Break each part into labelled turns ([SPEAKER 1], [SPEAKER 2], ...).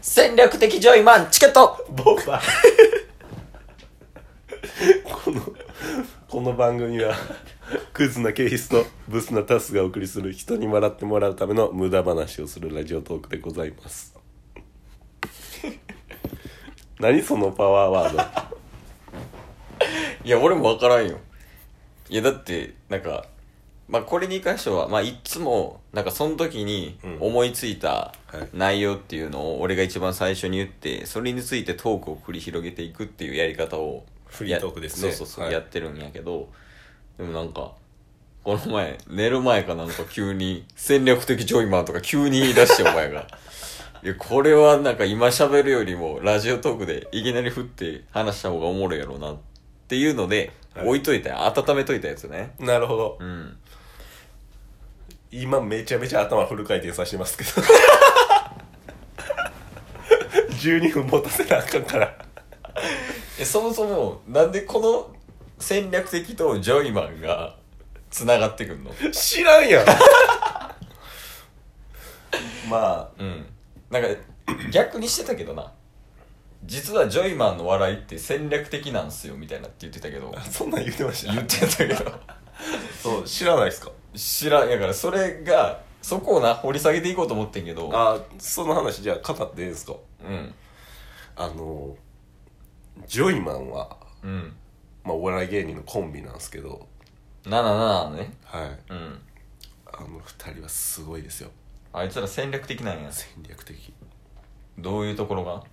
[SPEAKER 1] 戦略的ジョイマン、チケット
[SPEAKER 2] ボンバーこのこの番組はクズなケイスとブスなタスがお送りする人に笑ってもらうための無駄話をするラジオトークでございます何そのパワーワー
[SPEAKER 1] いや、俺もわからんよ。いや、だって、なんか、まあ、これに関しては、まあ、いっつも、なんか、その時に
[SPEAKER 2] うん
[SPEAKER 1] 思いついた
[SPEAKER 2] はい
[SPEAKER 1] 内容っていうのを、俺が一番最初に言って、それについてトークを繰り広げていくっていうやり方を、
[SPEAKER 2] フリートークですね
[SPEAKER 1] やそうそうそう、
[SPEAKER 2] はい
[SPEAKER 1] やってるんやけど、でもなんか、この前、寝る前かなんか急に、戦略的ジョイマンとか急に言い出して、お前 が。いや、これはなんか今喋るよりも、ラジオトークでいきなり振って話した方がおもろいやろうなっていうので、
[SPEAKER 2] はい
[SPEAKER 1] 置いといた、温めといたやつね。
[SPEAKER 2] ドなるほど
[SPEAKER 1] うん。
[SPEAKER 2] 今めちゃめちゃ頭フル回転させてますけど12分持たせなあかんから
[SPEAKER 1] え、そもそも、なんでこの戦略的とジョイマンが繋がってくんの
[SPEAKER 2] 知らんやんまあ
[SPEAKER 1] うん。なんか、逆にしてたけどな。実はジョイマンの笑いって戦略的なんすよ、みたいなって言ってたけど、
[SPEAKER 2] そんなん言ってました
[SPEAKER 1] 言ってたけど。
[SPEAKER 2] そう知らないですか
[SPEAKER 1] 知らんやからそれがそこをな掘り下げていこうと思ってんけど
[SPEAKER 2] あその話じゃあ語っていいですか
[SPEAKER 1] うん
[SPEAKER 2] あのジョイマンは、
[SPEAKER 1] うん
[SPEAKER 2] まあ、お笑い芸人のコンビなんですけど
[SPEAKER 1] 77ね
[SPEAKER 2] はい
[SPEAKER 1] うん
[SPEAKER 2] あの二人はすごいですよ
[SPEAKER 1] あいつら戦略的なんや
[SPEAKER 2] 戦略的
[SPEAKER 1] どういうところが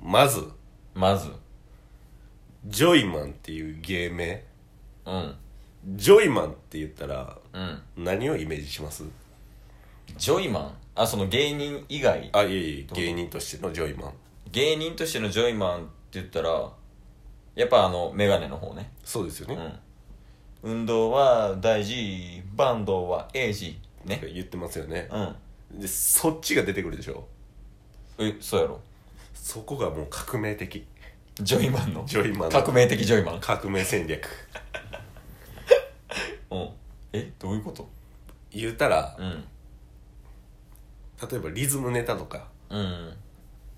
[SPEAKER 2] まず
[SPEAKER 1] まず
[SPEAKER 2] ジョイマンっていう芸名
[SPEAKER 1] うん
[SPEAKER 2] ジョイマンって言ったら
[SPEAKER 1] うん
[SPEAKER 2] 何をイメージします
[SPEAKER 1] ジョイマンあその芸人以外
[SPEAKER 2] あいえいえ芸人としてのジョイマン
[SPEAKER 1] 芸人としてのジョイマンって言ったらやっぱあのメガネの方ね
[SPEAKER 2] そうですよね、
[SPEAKER 1] うん運動は大事バンドはエイジね
[SPEAKER 2] 言ってますよね
[SPEAKER 1] うん
[SPEAKER 2] でそっちが出てくるでしょ
[SPEAKER 1] えそうやろ
[SPEAKER 2] そこがもう革命的
[SPEAKER 1] ジョイマンの
[SPEAKER 2] ジョイマンの
[SPEAKER 1] 革命的ジョイマン
[SPEAKER 2] 革命戦 略
[SPEAKER 1] うんえどういうこと
[SPEAKER 2] 言うたら
[SPEAKER 1] うん
[SPEAKER 2] 例えばリズムネタとか
[SPEAKER 1] うん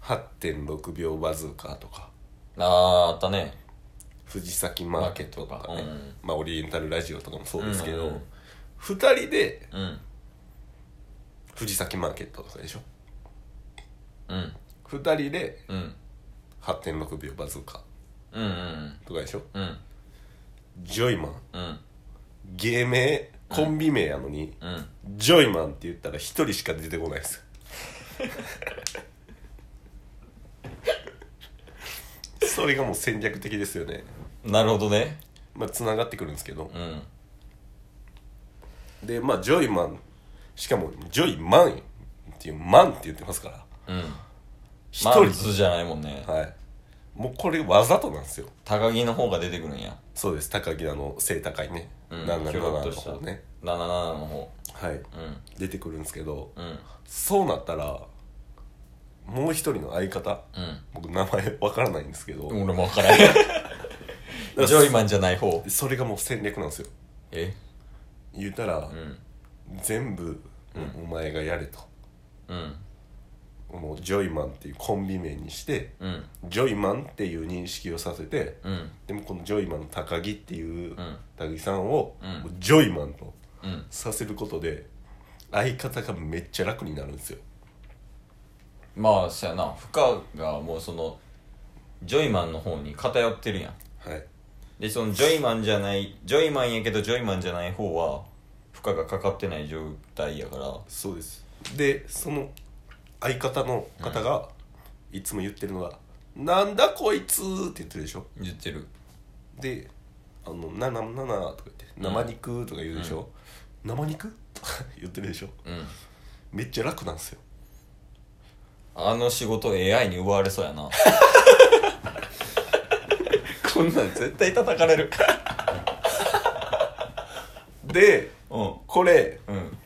[SPEAKER 2] 8.6秒バズーカーとか
[SPEAKER 1] あああったね
[SPEAKER 2] 藤崎マーケットとかね、
[SPEAKER 1] マーケットとか
[SPEAKER 2] まあ、オリエンタルラジオとかもそうですけ
[SPEAKER 1] うんう
[SPEAKER 2] ど、
[SPEAKER 1] ん
[SPEAKER 2] 二2人で
[SPEAKER 1] うん
[SPEAKER 2] 藤崎マーケットとかでしょ
[SPEAKER 1] うん
[SPEAKER 2] 2人で
[SPEAKER 1] うん
[SPEAKER 2] 8.6秒バズーカ
[SPEAKER 1] うんうん
[SPEAKER 2] ーとかでしょ
[SPEAKER 1] うん
[SPEAKER 2] ジョイマン
[SPEAKER 1] うん
[SPEAKER 2] 芸名コンビ名やのに、
[SPEAKER 1] うん
[SPEAKER 2] ジョイマンって言ったら1人しか出てこないですよ それがもう戦略的ですよね
[SPEAKER 1] なるほどね
[SPEAKER 2] まあつながってくるんですけど、
[SPEAKER 1] うん
[SPEAKER 2] でまあジョイマンしかもジョイマンっていうマンって言ってますから
[SPEAKER 1] うん
[SPEAKER 2] 一
[SPEAKER 1] マン
[SPEAKER 2] 人
[SPEAKER 1] ズじゃないもんね
[SPEAKER 2] はいもうこれわざとなんですよ
[SPEAKER 1] 高木の方が出てくるんや
[SPEAKER 2] そうです高木田の背高いね、
[SPEAKER 1] うん
[SPEAKER 2] 77
[SPEAKER 1] ひょろっ
[SPEAKER 2] の
[SPEAKER 1] とした
[SPEAKER 2] 方ね
[SPEAKER 1] 77の方
[SPEAKER 2] はい
[SPEAKER 1] うん
[SPEAKER 2] 出てくるんですけど、
[SPEAKER 1] うん
[SPEAKER 2] そうなったらもう一人の相方
[SPEAKER 1] うん
[SPEAKER 2] 僕名前わからないんですけど、
[SPEAKER 1] 俺も分からん ジョイマンじゃない 方
[SPEAKER 2] それがもう戦略なんですよ
[SPEAKER 1] え
[SPEAKER 2] 言ったら、
[SPEAKER 1] うん
[SPEAKER 2] 全部お前がやれと、
[SPEAKER 1] うん
[SPEAKER 2] もうジョイマンっていうコンビ名にして
[SPEAKER 1] うん
[SPEAKER 2] ジョイマンっていう認識をさせて、
[SPEAKER 1] うん
[SPEAKER 2] でもこのジョイマンの高木っていう
[SPEAKER 1] うん
[SPEAKER 2] 高木さんを
[SPEAKER 1] うん
[SPEAKER 2] もうジョイマンと
[SPEAKER 1] うん
[SPEAKER 2] させることで相方がめっちゃ楽になるんですよ
[SPEAKER 1] まあそやな負荷がもうそのジョイマンの方に偏ってるやん
[SPEAKER 2] はい
[SPEAKER 1] でそのジョイマンじゃないジョイマンやけどジョイマンじゃない方は負荷がかかってない状態やから
[SPEAKER 2] そうですでその相方の方がいつも言ってるのが「なんだこいつ!」って言ってるでしょ
[SPEAKER 1] 言ってる
[SPEAKER 2] で「あのなななな」とか言って「生肉」とか言うでしょ「生肉?」 とか言ってるでしょ
[SPEAKER 1] うん
[SPEAKER 2] めっちゃ楽なんですよ
[SPEAKER 1] あの仕事 AI に奪われそうや なこんなん絶対叩かれる
[SPEAKER 2] で
[SPEAKER 1] うん
[SPEAKER 2] これ
[SPEAKER 1] うん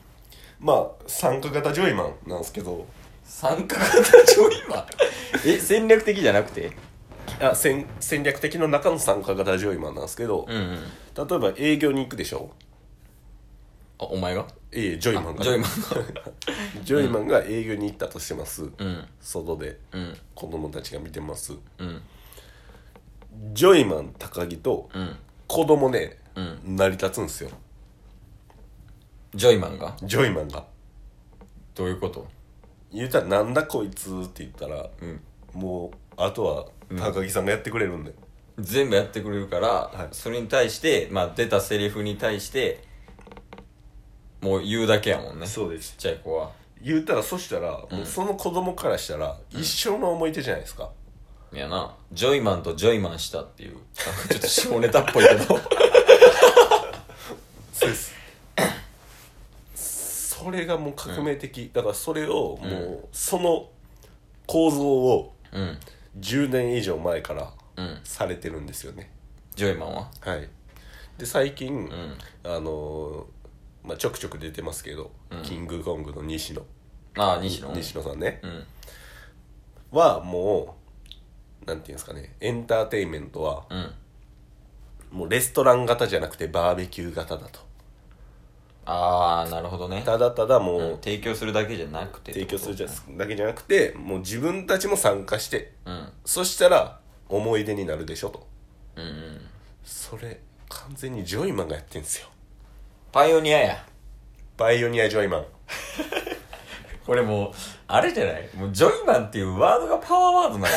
[SPEAKER 2] まあ参加型ジョイマンなんですけど
[SPEAKER 1] 参加型ジョイマンえ戦略的じゃなくて
[SPEAKER 2] あ戦戦略的の中の参加型ジョイマンなんですけど、
[SPEAKER 1] うんうん
[SPEAKER 2] 例えば営業に行くでしょ
[SPEAKER 1] あお前が
[SPEAKER 2] いえジョイマンが
[SPEAKER 1] ジョイマンが
[SPEAKER 2] ジョイマンが営業に行ったとしてます、
[SPEAKER 1] うん
[SPEAKER 2] 外で
[SPEAKER 1] うん
[SPEAKER 2] 子供たちが見てます
[SPEAKER 1] うん
[SPEAKER 2] ジョイマン高木と
[SPEAKER 1] うん
[SPEAKER 2] 子供ね、
[SPEAKER 1] うん
[SPEAKER 2] 成り立つんですよ
[SPEAKER 1] ジョイマンが
[SPEAKER 2] ジョイマンが
[SPEAKER 1] どういうこと
[SPEAKER 2] 言うたら「なんだこいつ」って言ったら、
[SPEAKER 1] ん
[SPEAKER 2] もうあとは高木さんがやってくれるんで、
[SPEAKER 1] 全部やってくれるから、
[SPEAKER 2] い
[SPEAKER 1] それに対して、まあ、出たセリフに対してもう言うだけやもんねちっ
[SPEAKER 2] うです
[SPEAKER 1] ちゃい子は
[SPEAKER 2] 言うたらそしたら、もうその子供からしたら一生の思い出じゃないですか、
[SPEAKER 1] いやなジョイマンとジョイマンしたっていうなんかちょっと下ネタっぽいけ ど
[SPEAKER 2] そうですそれがもう革命的、だからそれをもう、その構造を
[SPEAKER 1] うん
[SPEAKER 2] 10年以上前から
[SPEAKER 1] うん
[SPEAKER 2] されてるんですよね、
[SPEAKER 1] ジョイマンは
[SPEAKER 2] はいで最近、
[SPEAKER 1] ん
[SPEAKER 2] あのーまあ、ちょくちょく出てますけど、キングコングの西野
[SPEAKER 1] ああ西野
[SPEAKER 2] 西野さんね、
[SPEAKER 1] うん
[SPEAKER 2] はもうなんていうんですかねエンターテインメントは
[SPEAKER 1] うん
[SPEAKER 2] もうレストラン型じゃなくてバーベキュー型だと
[SPEAKER 1] ああなるほどね
[SPEAKER 2] ただただもう、
[SPEAKER 1] 提供するだけじゃなくて
[SPEAKER 2] 提供するじゃだけじゃなくてもう自分たちも参加して
[SPEAKER 1] うん
[SPEAKER 2] そしたら思い出になるでしょと
[SPEAKER 1] うんうん
[SPEAKER 2] それ完全にジョイマンがやってんすよ
[SPEAKER 1] パイオニアや
[SPEAKER 2] バイオニアジョイマン
[SPEAKER 1] これもうあれじゃないもうジョイマンっていうワードがパワーワードなんじ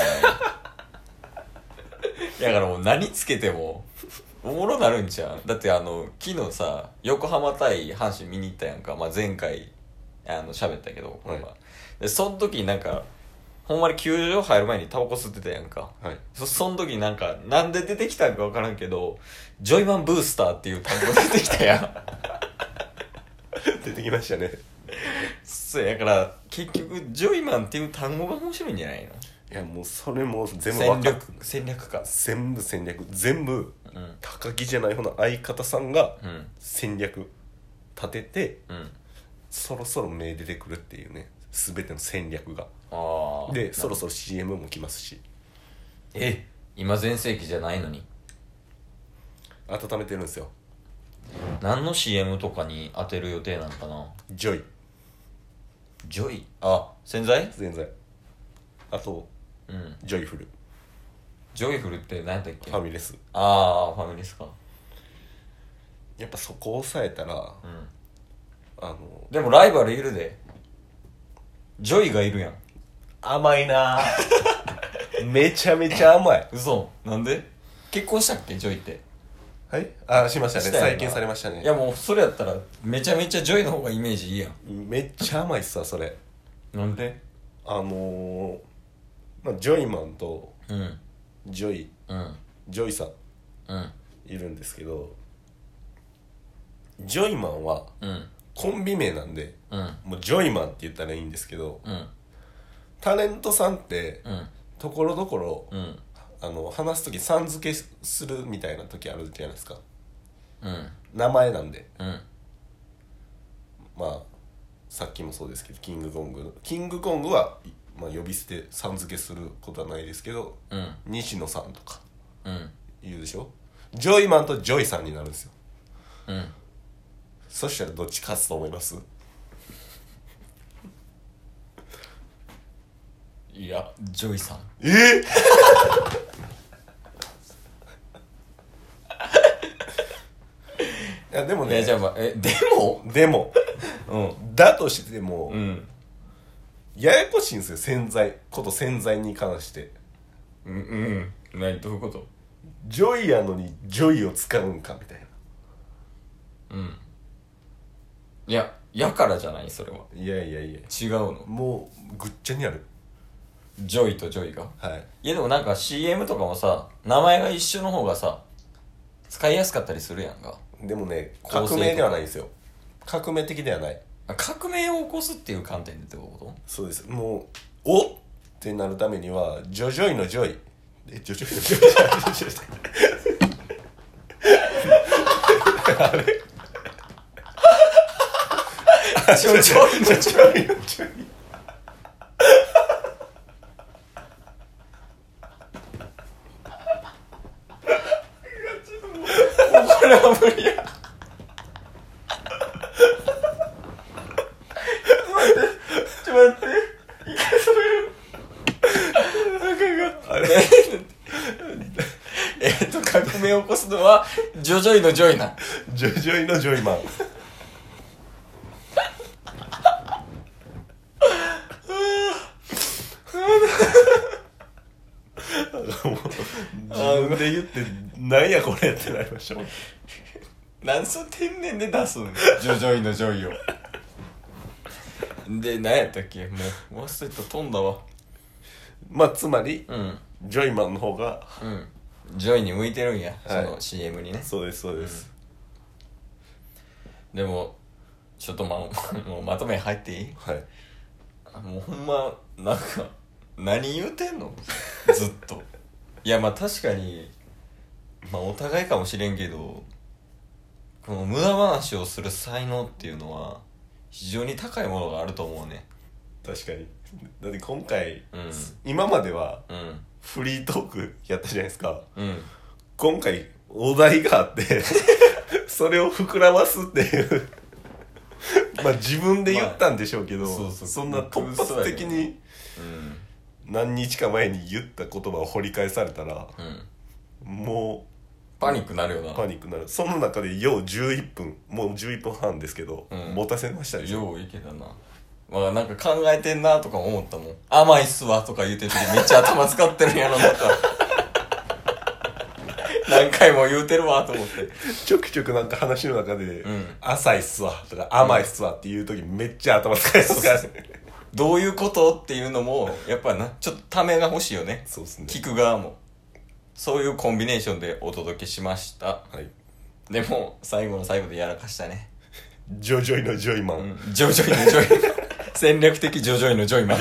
[SPEAKER 1] ゃないだからもう何つけてもおもろなるんちゃうだってあの昨日さ横浜対阪神見に行ったやんか、まあ、前回あの喋ったけどこれは、
[SPEAKER 2] は
[SPEAKER 1] でその時になんかほんまに球場入る前にタバコ吸ってたやんか
[SPEAKER 2] はい
[SPEAKER 1] そその時になんかなんで出てきたんか分からんけどジョイマンブースターっていう単語出てきたやん
[SPEAKER 2] 出てきましたね
[SPEAKER 1] そうやから結局ジョイマンっていう単語が面白いんじゃないの
[SPEAKER 2] いやもうそれも全部
[SPEAKER 1] 戦
[SPEAKER 2] 分かっ
[SPEAKER 1] 略戦略か
[SPEAKER 2] 全部戦略全部
[SPEAKER 1] うん
[SPEAKER 2] 高木じゃない方の相方さんが
[SPEAKER 1] うん
[SPEAKER 2] 戦略立てて
[SPEAKER 1] うん
[SPEAKER 2] そろそろ目出てくるっていうね全ての戦略が
[SPEAKER 1] ああ
[SPEAKER 2] でそろそろ CM も来ますし
[SPEAKER 1] え今全盛期じゃないのに
[SPEAKER 2] 温めてるんですよ
[SPEAKER 1] 何の CM とかに当てる予定なんかな
[SPEAKER 2] ジョイ
[SPEAKER 1] ジョイあ洗剤
[SPEAKER 2] 全然あと
[SPEAKER 1] うん
[SPEAKER 2] ジョイフル
[SPEAKER 1] ジョイフルって何やったっけ
[SPEAKER 2] ファミレス
[SPEAKER 1] ああファミレスか
[SPEAKER 2] やっぱそこを抑えたら
[SPEAKER 1] うん
[SPEAKER 2] あの
[SPEAKER 1] でもライバルいるでジョイがいるやん
[SPEAKER 2] 甘いなめちゃめちゃ甘い
[SPEAKER 1] 嘘なんで結婚したっけジョイって
[SPEAKER 2] はいあしましたね
[SPEAKER 1] したよな
[SPEAKER 2] 再建されましたね
[SPEAKER 1] いやもうそれやったらめちゃめちゃジョイの方がイメージいいやん
[SPEAKER 2] めっちゃ甘いっすわそれ
[SPEAKER 1] なんで
[SPEAKER 2] あのーまあ、ジョイマンと
[SPEAKER 1] うん
[SPEAKER 2] ジョイ
[SPEAKER 1] うん
[SPEAKER 2] ジョイさん
[SPEAKER 1] うん
[SPEAKER 2] いるんですけどジョイマンは
[SPEAKER 1] うん
[SPEAKER 2] コンビ名なんで
[SPEAKER 1] うん
[SPEAKER 2] もうジョイマンって言ったらいいんですけど
[SPEAKER 1] うん
[SPEAKER 2] タレントさんって
[SPEAKER 1] うん
[SPEAKER 2] ところどころ
[SPEAKER 1] うん
[SPEAKER 2] あの話す時さん付けするみたいな時あるじゃないですか
[SPEAKER 1] うん
[SPEAKER 2] 名前なんで
[SPEAKER 1] うん
[SPEAKER 2] まあさっきもそうですけどキングコングキングコングは、まあ、呼び捨てさん付けすることはないですけど
[SPEAKER 1] うん
[SPEAKER 2] 西野さんとか
[SPEAKER 1] うん
[SPEAKER 2] 言うでしょジョイマンとジョイさんになるんですよ
[SPEAKER 1] うん
[SPEAKER 2] そしたらどっち勝つと思います
[SPEAKER 1] いやジョイさん
[SPEAKER 2] え いやでも
[SPEAKER 1] いや
[SPEAKER 2] ね
[SPEAKER 1] じゃあまあえでも
[SPEAKER 2] でも
[SPEAKER 1] う
[SPEAKER 2] だとしても、
[SPEAKER 1] ん
[SPEAKER 2] ややこしいんですよ潜在こと潜在に関して
[SPEAKER 1] うんうん何どういうこと
[SPEAKER 2] ジョイやのにジョイを使うんかみたい
[SPEAKER 1] いややからじゃないそれは
[SPEAKER 2] ないやいやいや
[SPEAKER 1] 違うの
[SPEAKER 2] もうぐっちゃにある
[SPEAKER 1] ジョイとジョイが
[SPEAKER 2] はい
[SPEAKER 1] いやでもなんか CM とかもさ名前が一緒の方がさ使いやすかったりするやんか
[SPEAKER 2] でもね
[SPEAKER 1] 構成と
[SPEAKER 2] 革
[SPEAKER 1] か
[SPEAKER 2] 命ではないんですよ革命的ではない
[SPEAKER 1] あ革命を起こすっていう観点でってこ
[SPEAKER 2] そうですもうおってなるためにはジョジョイのジョイえジョジョイのジョイじゃないジョジョイ
[SPEAKER 1] と ジョイジョイのジョイ
[SPEAKER 2] ョイのジョイ
[SPEAKER 1] これは無理や
[SPEAKER 2] あれ
[SPEAKER 1] えっと革命を起こすのはジョジョイのジョイな
[SPEAKER 2] ジョジョイのジョイマンもう自分で言ってなんやこれってなりましたもん
[SPEAKER 1] 何そ天然で出すのジョジョイのジョイをで何やったっけもう忘れた飛んだわ
[SPEAKER 2] まあつまり
[SPEAKER 1] うん
[SPEAKER 2] ジョイマンの方が
[SPEAKER 1] うんジョイに向いてるんや、
[SPEAKER 2] はい
[SPEAKER 1] その CM にね
[SPEAKER 2] そうですそうです、
[SPEAKER 1] でもちょっとまあ もうまとめ入っていい
[SPEAKER 2] はい
[SPEAKER 1] もうほんまなんか何言うてんのずっといやまあ確かにまあお互いかもしれんけどこの無駄話をする才能っていうのは非常に高いものがあると思うね
[SPEAKER 2] 確かにだって今回、
[SPEAKER 1] うん
[SPEAKER 2] 今までは
[SPEAKER 1] うん
[SPEAKER 2] フリートークやったじゃないですか
[SPEAKER 1] うん
[SPEAKER 2] 今回お題があって それを膨らますっていうまあ自分で言ったんでしょうけど、
[SPEAKER 1] まあそうそう
[SPEAKER 2] そんな突発的に何日か前に言った言葉を掘り返されたら
[SPEAKER 1] うんうん
[SPEAKER 2] も
[SPEAKER 1] パニックなるよな
[SPEAKER 2] うパニックになるその中でよう11分もう11分半ですけど、
[SPEAKER 1] うん
[SPEAKER 2] 持たせましたでしょ
[SPEAKER 1] よういけたなまあなんか考えてんなとか思ったもん甘いっすわとか言うてる時めっちゃ頭使ってるんやろ なとか何回も言うてるわと思って
[SPEAKER 2] ちょくちょくなんか話の中で
[SPEAKER 1] ん
[SPEAKER 2] 「浅いっすわ」とか「甘いっすわ」っていう時めっちゃ頭使いますからね
[SPEAKER 1] どういうことっていうのもやっぱなちょっとためが欲しいよね
[SPEAKER 2] そうですね
[SPEAKER 1] 聞く側もそういうコンビネーションでお届けしました
[SPEAKER 2] はい
[SPEAKER 1] でも最後の最後でやらかしたね、
[SPEAKER 2] ジョジョイのジョイマン、
[SPEAKER 1] ジョジョイのジョイ戦略的ジョジョイのジョイマン